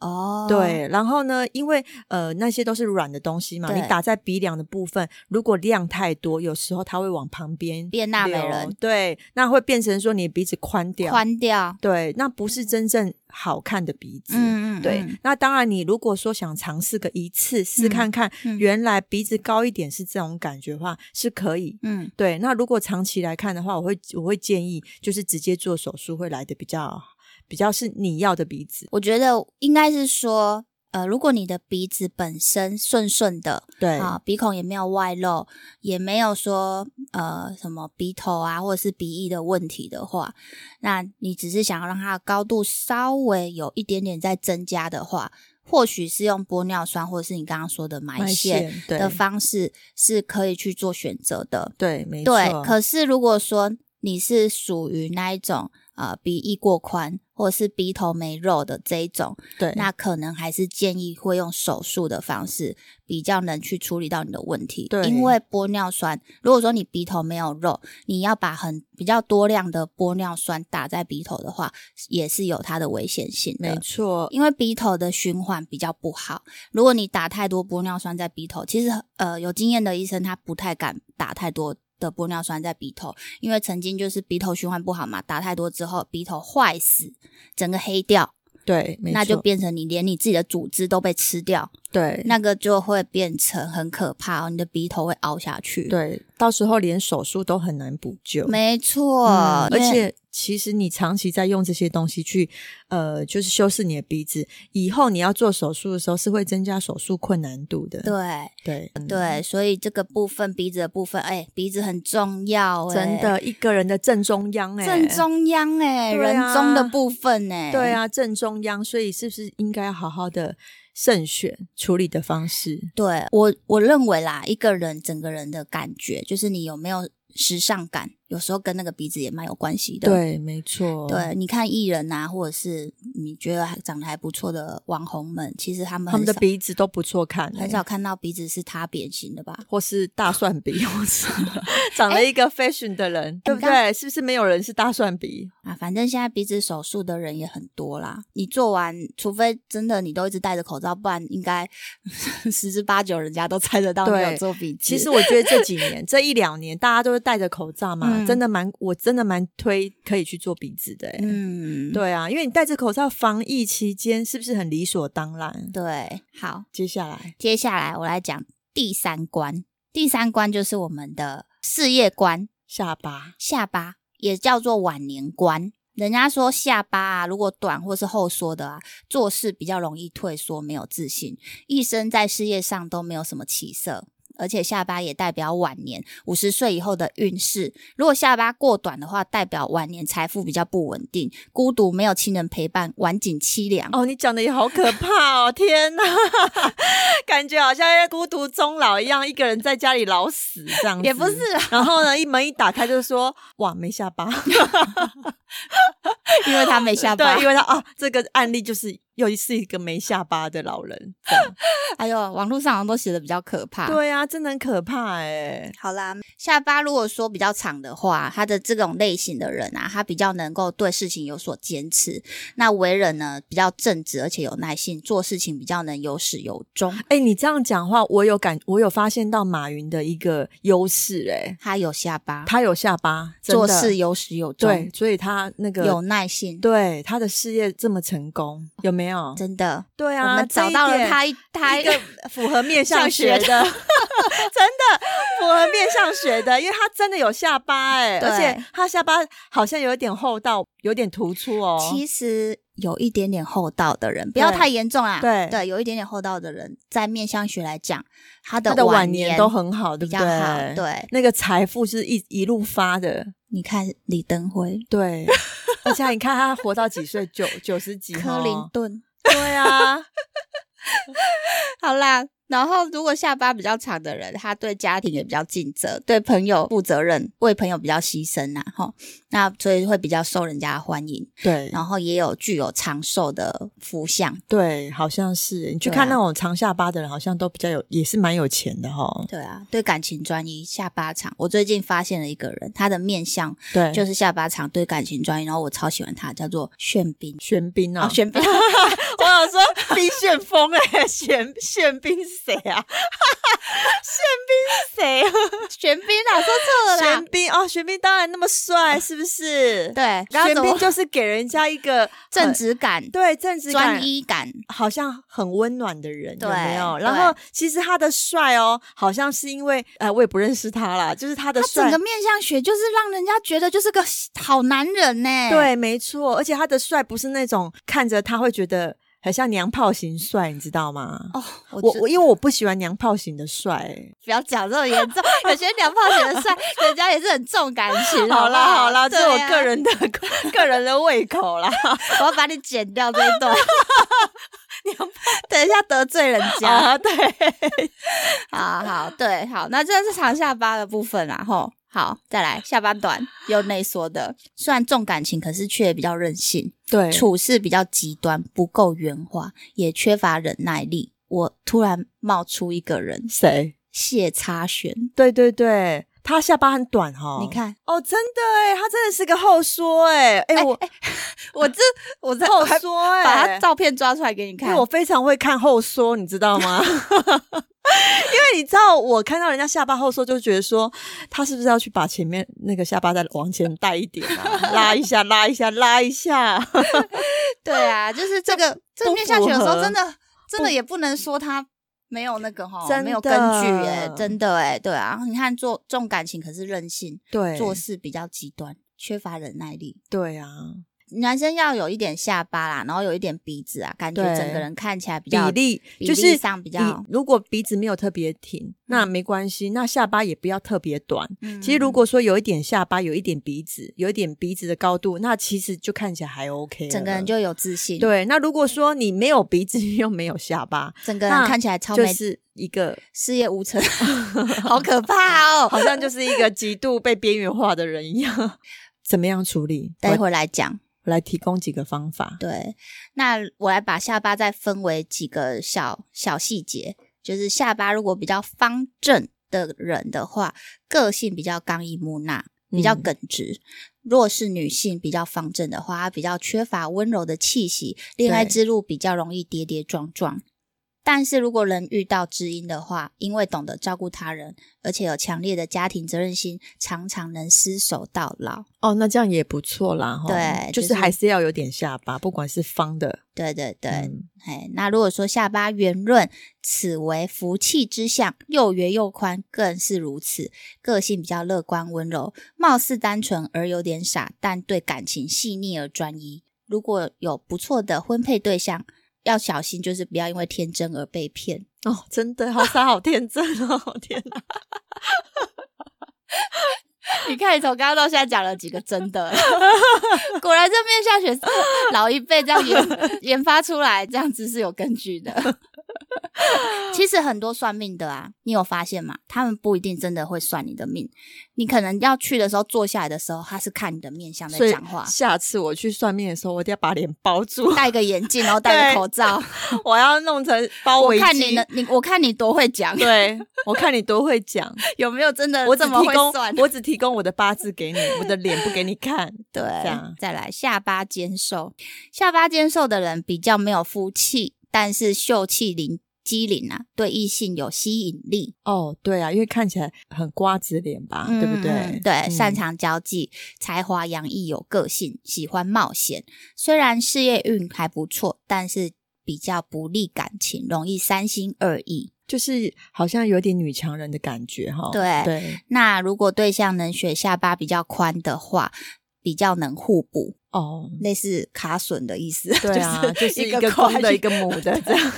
哦，，
对，然后呢，因为呃那些都是软的东西嘛，你
对
打在鼻梁的部分，如果量太多，有时候它会往旁边
变娜美
流
人，
对，那会变成说你的鼻子宽掉，
宽掉，
对，那不是真正好看的鼻子。
嗯嗯，
对
嗯，
那当然，你如果说想尝试个一次试
嗯
看看，
嗯
原来鼻子高一点是这种感觉的话，是可以，
嗯，
对，那如果长期来看的话，我会我会建议就是直接做手术会来的比较比较是你要的鼻子，
我觉得应该是说，呃，如果你的鼻子本身顺顺的，
对、
啊，鼻孔也没有外露，也没有说呃什么鼻头啊或者是鼻翼的问题的话，那你只是想要让它的高度稍微有一点点在增加的话，或许是用玻尿酸或者是你刚刚说的埋
埋
线
线对
的方式是可以去做选择的。
对，没错，
对，可是如果说你是属于那一种呃鼻翼过宽或者是鼻头没肉的这一种，
对
那可能还是建议会用手术的方式，比较能去处理到你的问题。
对
因为玻尿酸，如果说你鼻头没有肉，你要把很比较多量的玻尿酸打在鼻头的话，也是有它的危险性
没
的。
错，
因为鼻头的循环比较不好，如果你打太多玻尿酸在鼻头，其实呃有经验的医生他不太敢打太多的玻尿酸在鼻头，因为曾经就是鼻头循环不好嘛，打太多之后鼻头坏死，整个黑掉，
对，没错，
那就变成你连你自己的组织都被吃掉，
对。
那个就会变成很可怕哦，你的鼻头会凹下去。，
对，到时候连手术都很难补救。
没错，
嗯而
因为
且其实你长期在用这些东西去，呃，就是修饰你的鼻子，以后你要做手术的时候是会增加手术困难度的。
对
对嗯
对，所以这个部分鼻子的部分，哎，鼻子很重要，哎
真的一个人的正中央哎、
正中央哎，
对
人
啊
中的部分哎，
对。啊，正中央，所以是不是应该好好的慎选处理的方式？
对我，我认为啦，一个人整个人的感觉，就是你有没有时尚感，有时候跟那个鼻子也蛮有关系的。
对，没错，
对，你看艺人啊，或者是你觉得还长得还不错的网红们，其实他们
他
很
们的
少
鼻子都不错看、欸，
很少看到鼻子是塌扁形的吧？
或是大蒜鼻，或 是长
哎
了一个 fashion 的人，对不对？是不是没有人是大蒜鼻？
啊，反正现在鼻子手术的人也很多啦。你做完，除非真的你都一直戴着口罩，不然应该 十之八九人家都猜得到你
对
有做鼻子。
其实我觉得这几年这一两年，大家都是戴着口罩嘛，
嗯
真的蛮，我真的蛮推可以去做鼻子的、欸。
嗯，
对啊，因为你戴着口罩防疫期间，是不是很理所当然？
对，好，
接下来，
接下来我来讲第三关。第三关就是我们的事业观，
下巴
下巴也叫做晚年关。人家说下巴啊，如果短或是后缩的啊，做事比较容易退缩，没有自信，一生在事业上都没有什么起色。而且下巴也代表晚年五十岁以后的运势。如果下巴过短的话，代表晚年财富比较不稳定，孤独，没有亲人陪伴，晚景凄凉。
哦，你讲的也好可怕哦！天哪， 感觉好像在孤独终老一样，一个人在家里老死这样子。
也不是啊啦，
然后呢，一门一打开就说：“哇，没下巴。”
因为他没下巴
对，。因为他啊，这个案例就是又是一个没下巴的老人。这样
哎呦，网络上好像都写的比较可怕。
对啊，真的很可怕哎、
好啦，下巴如果说比较长的话，他的这种类型的人啊，他比较能够对事情有所坚持。那为人呢，比较正直，而且有耐心，做事情比较能有始有终。
哎、你这样讲话，我有感，我有发现到马云的一个优势哎，
他有下巴，
他有下巴，真
做
的
事有始有
对
终，，
所以他那个
有耐心，
对他的事业这么成功，有没有？
真的，
对
我
啊，
们
这
找
一
到了
点
他一他
一个符合面相学的，
像学
真 的符合面相学的，因为他真的有下巴哎、
对
而且他下巴好像有一点厚道，有点突出哦。
其实有一点点厚道的人，不要
对
太严重啦。啊
对
对，有一点点厚道的人，在面相学来讲，他的
他的晚
年
年都很好，对
比较
不对？
好。对，
那个财富是一一路发的，
你看李登辉、
对。而且你看他活到几岁，九九十几哦，
克林顿，
对 啊，
好啦。然后，如果下巴比较长的人，他对家庭也比较尽责，对朋友负责任，为朋友比较牺牲呐、啊，吼，那所以会比较受人家欢迎，
对
然后也有具有长寿的福相。
对，好像是。你去
对啊
看那种长下巴的人，好像都比较有，也是蛮有钱的哈、哦。
对啊，对感情专一，下巴长。我最近发现了一个人，他的面相
对，
就是下巴长，对感情专一，然后我超喜欢他，叫做玄彬。
玄彬
啊，
啊，
玄彬，
我想说冰旋风哎、玄玄彬是谁啊？玄彬是谁？
玄彬啦，说错了
玄
啦。
彬哦，玄彬当然那么帅，是不是？
对，然后
玄
怎
彬
么
就是给人家一个
正
很
直感、
对正直感
专一感，
好像很温暖的人，有
对
没有？
对
然后其实他的帅哦，好像是因为呃，我也不认识他啦，就是他的
他整
帅
个，面相学就是让人家觉得就是个好男人呢、，
对，没错，而且他的帅不是那种看着他会觉得很像娘炮型帅，你知道吗？
哦，我
我
我
我因为我不喜欢娘炮型 的帅、欸
不要讲这么严重，有些娘炮型的帅，人家也是很重感情。
好
不
啦好啦，这
对
是我
啊
个，人的 个人的胃口啦。
我要把你剪掉这一 段。等一下得罪人家，
啊，对，
好好对好，那这是长下巴的部分啦吼。好，再来下巴短又内缩的，虽然重感情，可是却比较任性。
对
处事比较极端，不够圆滑，也缺乏忍耐力。我突然冒出一个人，
谁？
谢插璇，
对对对，他下巴很短哈、
你，看
哦，真的哎，他真的是个后缩哎哎，我
我这我这
后
我还
缩
把他
哎。
照片抓出来给你
因
看
为。我非常会看后缩，你知道吗？ 因为你知道，我看到人家下巴后缩，就觉得说他是不是要去把前面那个下巴再往前带一点啊，拉一下，拉一下，拉一下。
对啊，就是这个 这个面下去的时
不符
候，
合
真的真的也不能说他没有那个哈
真，的
没有根据哎、真的哎、对啊，你看做重感情可是任性，
对
做事比较极端，缺乏忍耐力。
对啊，
男生要有一点下巴啦，然后有一点鼻子啊，感觉
对
整个人看起来比
比
较
例
比
就
例
是
上比
你
较
如果鼻子没有特别挺，那没关系，那下巴也不要特别短。
嗯
其实如果说有一点下巴，有一点鼻子，有一点鼻子的高度，那其实就看起来还 OK 了。
整个人就有自信，，
对。那如果说你没有鼻子又没有下巴，
整个人
那
看起来超
就
没、
是一 个
事业无成， 好可怕哦！
好像 就是一个极度被边缘化的人一样。怎么样处理？
待
我
会儿来讲，
来提供几个方法。
对，那我来把下巴再分为几个小小细节，就是下巴如果比较方正的人的话，个性比较刚毅木讷，比较
嗯
耿直；若是女性比较方正的话，她比较缺乏温柔的气息，恋爱
对
之路比较容易跌跌撞撞。但是如果人遇到知音的话，因为懂得照顾他人，而且有强烈的家庭责任心，常常能厮守到老。
哦，那这样也不错啦，哈
对就
就
是
是还是要有点下巴，不管是方的，
对对对，
嗯
哎，那如果说下巴圆润，此为福气之相，又圆又宽，更是如此。个性比较乐观温柔，貌似单纯而有点傻，但对感情细腻而专一。如果有不错的婚配对象，要小心，就是不要因为天真而被骗。
哦，真的好傻，好天真哦，天哪！
你看，你从刚刚到现在讲了几个真的，欸果然这面相学老一辈这样研研发出来，这样子是有根据的。其实很多算命的啊，你有发现吗？他们不一定真的会算你的命，你可能要去的时候坐下来的时候，他是看你的面相在
所以，
讲话
下次我去算命的时候，我一定要把脸包住，
戴个眼镜，然后戴
对
个口罩，
我要弄成包
我
围巾。
看你能，你我看你多会 讲，
对，我看你多会 讲，
有没有真的
我只
这么
提
会
供
算？
我只提供我的八字给你，我的脸不给你 看。
对
样，啊
再来下巴尖瘦，下巴尖瘦的人比较没有夫气，但是秀气灵机灵啊，对异性有吸引力，
哦，对啊，因为看起来很瓜子脸吧，啊对不对
嗯？对，
嗯
擅长交际，才华洋溢，有个性，喜欢冒险。虽然事业运还不错，但是比较不利感情，容易三心二意。
就是好像有点女强人的感觉哈。
对
对，
那如果对象能选下巴比较宽的话，比较能互补，
哦，
类似卡榫的意思。
对啊，
就
就是一
个
个公
宽
的，一个母的这 样，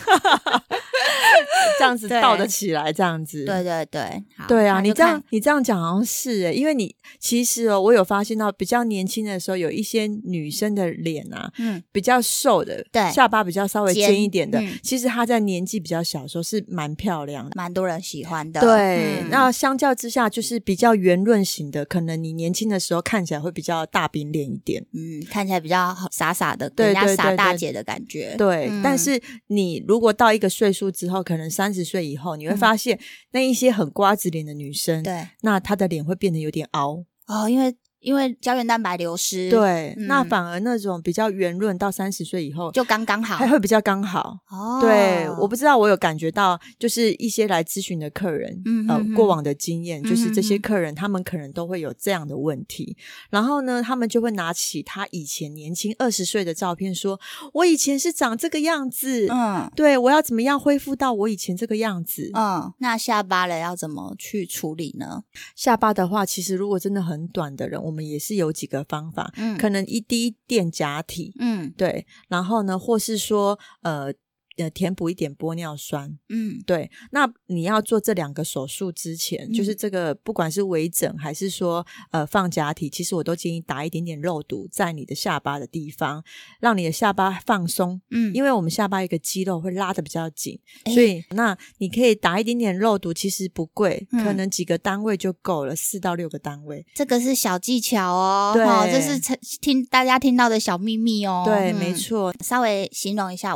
这样子
对
倒得起来，这样子。
对对对，好
对啊，
那就
你这样
看
你这样讲好像是欸诶，因为你其实哦，我有发现到比较年轻的时候，有一些女生的脸啊，
嗯。
比较瘦的，
对
下巴比较稍微
尖
尖一点的，
嗯
其实她在年纪比较小的时候是蛮漂亮的。
蛮多人喜欢的。
对，
嗯
那相较之下，就是比较圆润型的，可能你年轻的时候看起来会比较大饼脸一点。
嗯，看起来比较好傻傻的，
对
人家
对
傻
对
大
对
姐的感觉。
对，
嗯
但是你如果到一个岁数之后，可能三十岁以后，你会
嗯
发现那一些很瓜子脸的女生，
对
那她的脸会变得有点凹。
哦，因为因为胶原蛋白流失，，
对，
嗯
那反而那种比较圆润到三十岁以后，
就刚刚好
还。会比较刚好。
哦，
对，我不知道，我有感觉到，就是一些来咨询的客人，
嗯哼哼
呃，过往的经验，就是这
嗯
些
哼哼
客人他们可能都会有这样的问题，然后呢，他们就会拿起他以前年轻二十岁的照片，说：“我以前是长这个样子，
嗯
对我要怎么样恢复到我以前这个样子？”
嗯，那下巴了要怎么去处理呢？
下巴的话，其实如果真的很短的人，我们也是有几个方法，
嗯
可能一滴垫假体，
嗯
对，然后呢，或是说呃呃填补一点玻尿酸。
嗯
对，那你要做这两个手术之前，就是
嗯
这个不管是微整还是说呃放假体，其实我都建议打一点点肉毒在你的下巴的地方，让你的下巴放松，
嗯，
因
为
为我们下巴一个肌肉会拉的比较紧，
哎
所以那你可以打一点点肉毒，其实不贵，可
嗯
能几个单位就够了，四到六个单位。
这个是小技巧哦，
对
哦这是成听大家听到的小秘密哦。
对，
嗯
没。错，
稍微形容一下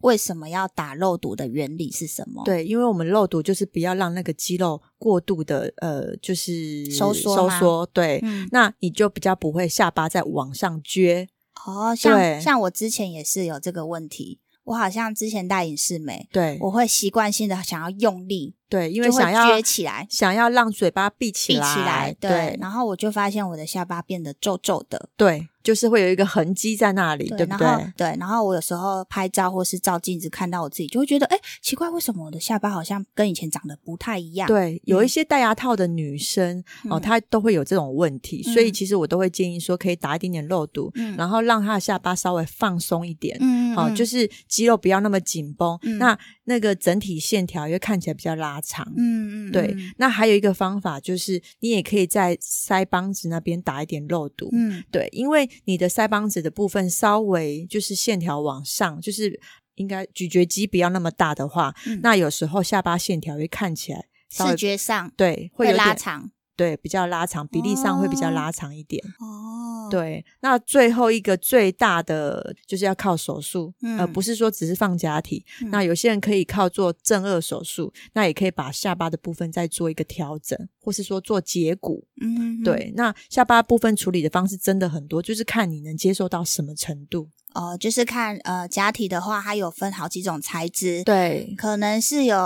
为什么要打肉毒的原理是什么？，
对，因为我们肉毒就是不要让那个肌肉过度的呃，就是
收缩
收
吗
缩，对。
嗯，
那你就比较不会下巴再往上撅，
哦，像
对
像我之前也是有这个问题，我好像之前戴隐适美，
对
我会习惯性的想要用力，
对，因
因
为想要
撅起来、
想要让嘴巴闭起
闭起
来，
来，对，
对
然后我就发现我的下巴变得皱皱的，
对就是会有一个痕迹在那里，对不
然
对？
后对，然后我有时候拍照或是照镜子看到我自己，就会觉得，哎，奇怪，为什么我的下巴好像跟以前长得不太一样？，
对，有一
嗯
些戴牙套的女生、
嗯
哦，她都会有这种问题，所以
嗯
其实我都会建议说，可以打一点点肉毒，
嗯
然后让她的下巴稍微放松一点，
嗯，，
哦，就是是肌肉不要那么紧绷，
嗯
那那个整体线条也会看起来比较拉长。
嗯嗯，
对，那还有一个方法就是，你也可以在腮帮子那边打一点肉毒，
嗯，
对，因为你的腮帮子的部分稍微就是线条往上，就是应该咀嚼肌不要那么大的话，
嗯
那有时候下巴线条会看起来稍微
视觉上
对会
会
有
拉
点
长，
对，比较拉长，比例上会比较拉长一点。
哦，
对，那最后一个最大的就是要靠手术，呃
嗯
而不是说只是放假体。
嗯
那有些人可以靠做正颚手术，那也可以把下巴的部分再做一个调整，或是说做截骨。
嗯，嗯，
对，那下巴部分处理的方式真的很多，就是看你能接受到什么程度。
哦，就是看呃假体的话，它有分好几种材质，
对
可能是有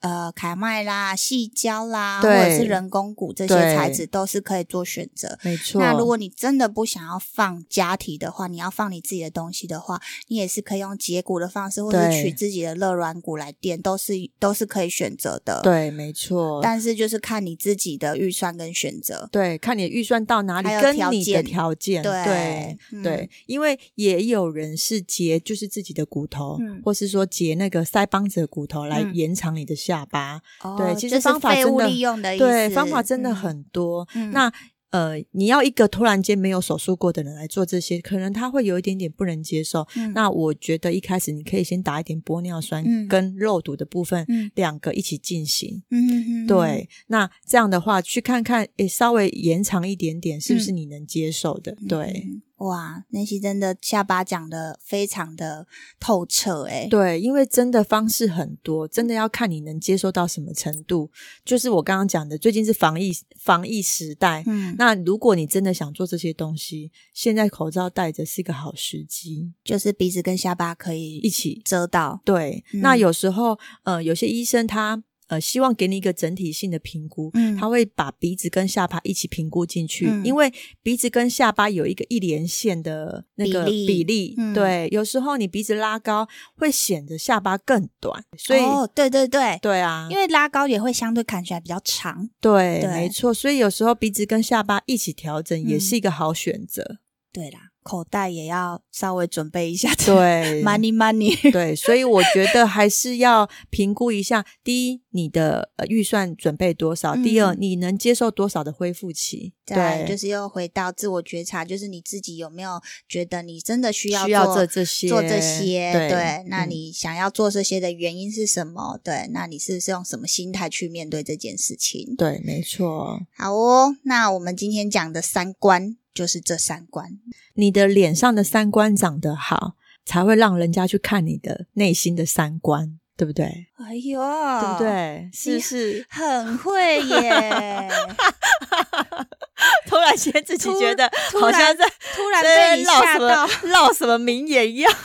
呃凯麦啦、细胶啦，或
对
者是人工骨这些
对
材质都是可以做选择。
没错。
那如果你真的不想要放假体的话，你要放你自己的东西的话，你也是可以用截骨的方式，或者
对
取自己的肋软骨来垫，都是都是可以选择的。，
对，没错。
但是就是看你自己的预算跟选择。
对，看你的预算到哪里
还有，
跟
条
你的
件
条件，对
对嗯
对，因为也有人是截就是自己的骨头，
嗯
或是说截那个腮帮子的骨头来
嗯
延长你的下巴，
哦
对其实
就是
方法
废
真
物
的
利用的意思，
对，方法真的
嗯
很多。
嗯
那呃，你要一个突然间没有手术过的人来做这些，可能他会有一点点不能接受。
嗯
那我觉得一开始你可以先打一点玻尿酸
嗯
跟肉毒的部分，
嗯
两个一起进行。
嗯哼哼，
对，那这样的话，去看看，诶，稍微延长一点点，是不是你能接受的？对，
嗯哇，那些真的下巴讲的非常的透彻、欸，哎，
对，因为真的方式很多，真的要看你能接受到什么程度。就是我刚刚讲的，最近是防疫防疫时代，
嗯，
那如果你真的想做这些东西，现在口罩戴着是一个好时机，
就是鼻子跟下巴可以
一起
遮到，
对。那
嗯
有时候，呃，有些医生他呃希望给你一个整体性的评估，
嗯
他会把鼻子跟下巴一起评估进去，
嗯
因为鼻子跟下巴有一个一连线的那个
比例
比例。
嗯
对，有时候你鼻子拉高会显得下巴更短，所以、
哦，对对对，
对啊，
因为拉高也会相对看起来比较长，
对，
对
没错。所以有时候鼻子跟下巴一起调整也
嗯
是一个好选择。
对啦，口袋也要稍微准备一下，
对，
，money money，
对，所以我觉得还是要评估一下：第一，你的呃预算准备多少；第二，
嗯
你能接受多少的恢复期。
再来就
对，
是又回到自我觉察，就是你自己有没有觉得你真的需要
需要
做
这这些
做这些，
对
那
嗯
你想要做这些的原因是什么？对，那你是是用什么心态去面对这件事情？
对，没错。
好哦，那我们今天讲的三观就是这三观，
你的脸上的三观长得好，才会让人家去看你的内心的三观，对不对？
哎呦，
对不？对？哦是
你？
不是
很会耶！
突然间自己
突
觉得
突
好
然
像在
突然
在
被你
唠
吓
什
到
么，唠什么名言一样。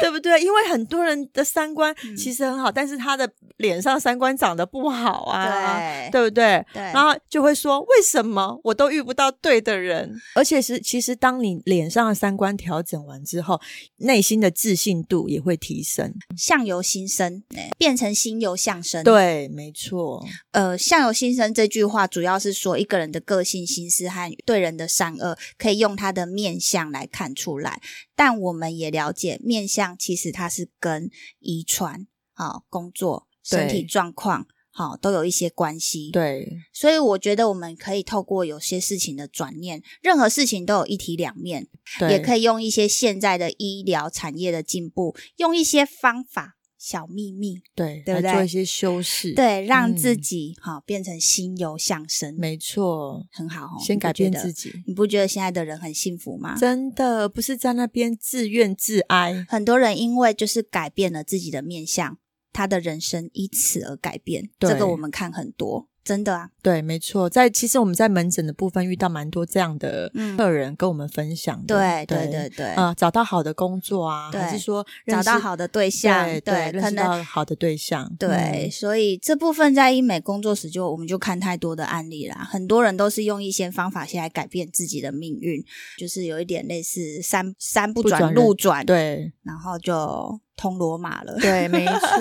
对不对？因为很多人的三观
嗯
其实很好，但是他的脸上三观长得不好啊，
对
不对？
对，
然后就会说，为什么我都遇不到对的
嗯
人？而且是，其实当你脸上的三观调整完之后，内心的自信度也会提升。
相由心生，哎变成心由相生。，
对，没错，
呃，相由心生这句话主要是说一个人的个性、心思和对人的善恶，可以用他的面相来看出来。但我们也了解，面相其实它是跟遗传、啊、工作、身体
对
状况。好，都有一些关系。，
对，
所以我觉得我们可以透过有些事情的转念，任何事情都有一体两面，
对
也可以用一些现在的医疗产业的进步，用一些方法、小秘密，
对，
对不对
来做一些修饰。，
对，让自
嗯
己哈、变成心由相生，
没错，
很好哦。
先
你不
改
觉
变
得啊
自己。
你不觉得现在的人很幸福吗？
真的不是在那边自怨自哀，
很多人因为就是改变了自己的面相，他的人生因此而改变。这
对
个我们看很多，真的啊，
对，没错，在其实我们在门诊的部分遇到蛮多这样的
嗯
客人跟我们分享
对
的，
对对对，
啊、找到好的工作啊，
对
还是说认
找
识
到好的对象，
对认
可
识
能
到好的对象，
对，
嗯
所以这部分在医美工作时就我们就看太多的案例啦，很多人都是用一些方法先来改变自己的命运，就是有一点类似山山不
不
转
转
路
人
转，
对
然后就通罗马 了。
对，没错，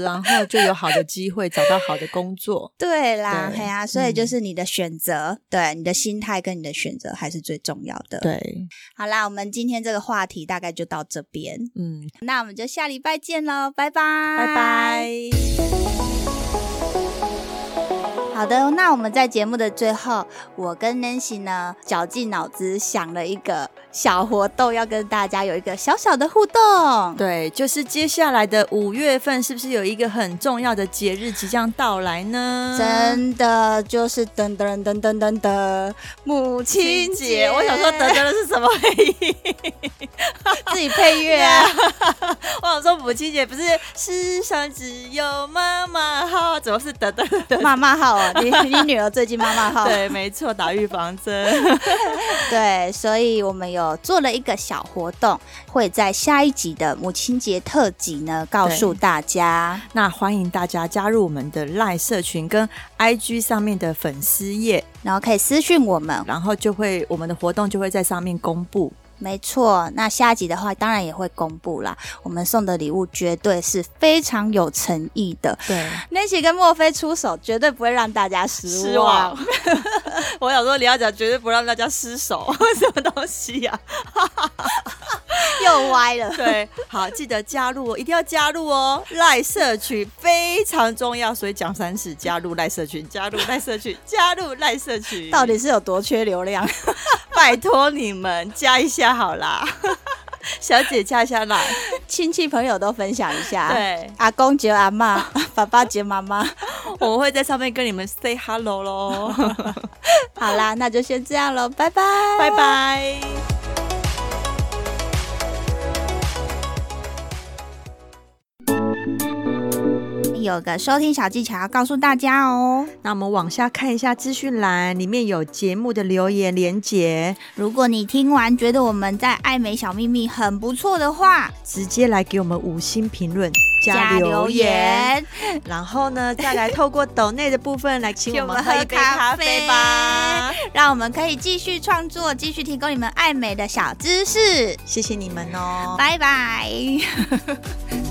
然后就有好的机会找到好的 工作，
对啦，
对
嘿啊，所以就
嗯
是你的选择，对你的心态跟你的选择还是最重要的。，
对，
好啦，我们今天这个话题大概就到这边，
嗯，
那我们就下礼拜见喽，拜拜，
拜拜。
好的，那我们在节目的最后，我跟 Nancy 呢绞尽脑汁想了一个小活动，要跟大家有一个小小的互动。
对，就是接下来的五月份，是不是有一个很重要的节日即将到来
嗯
呢？
真的就是噔噔噔噔噔噔，母亲节！
我想说，得得的是什么意义？
自己配乐 啊，
我想说母亲节不是世上只有妈妈好，怎么是得得的？
妈妈好啊，你你女儿最近妈妈好，
对，没错，打预防针。
对，所以我们有做了一个小活动，会在下一集的母亲节特辑呢告诉大家。
那欢迎大家加入我们的赖社群跟 IG 上面的粉丝页，
然后可以私讯我们。
然后就会我们的活动就会在上面公布。
没错，那下集的话当然也会公布啦。我们送的礼物绝对是非常有诚意的。
对，
Nancy 跟莫菲出手绝对不会让大家失
失望。 我想说，李要讲绝对不让大家失手， 什么东西呀、
又歪 了。
对，好，记得加入哦，一定要加入哦，赖社群非常重要，所以讲三次，加入赖社群，加入赖社群，加入赖社群，
到底是有多缺流量？
拜托你们加一下好啦，小姐加一下啦，
亲戚朋友都分享一下。，
对，
阿公结阿妈， 爸爸结妈妈。
我们会在上面跟你们 say hello 喽，
好啦，那就先这样 喽，拜拜，
拜拜。
有个收听小技巧要告诉大家哦，
那我们往下看一下资讯栏，里面有节目的留言连结，
如果你听完觉得我们在爱美小秘密很不错的话，
直接来给我们五星评论
加留言，
然后呢，再来透过抖内的部分来请我们喝一杯咖啡吧。
让我们可以继续创作，继续提供你们爱美的小知识。
谢谢你们哦，
拜拜。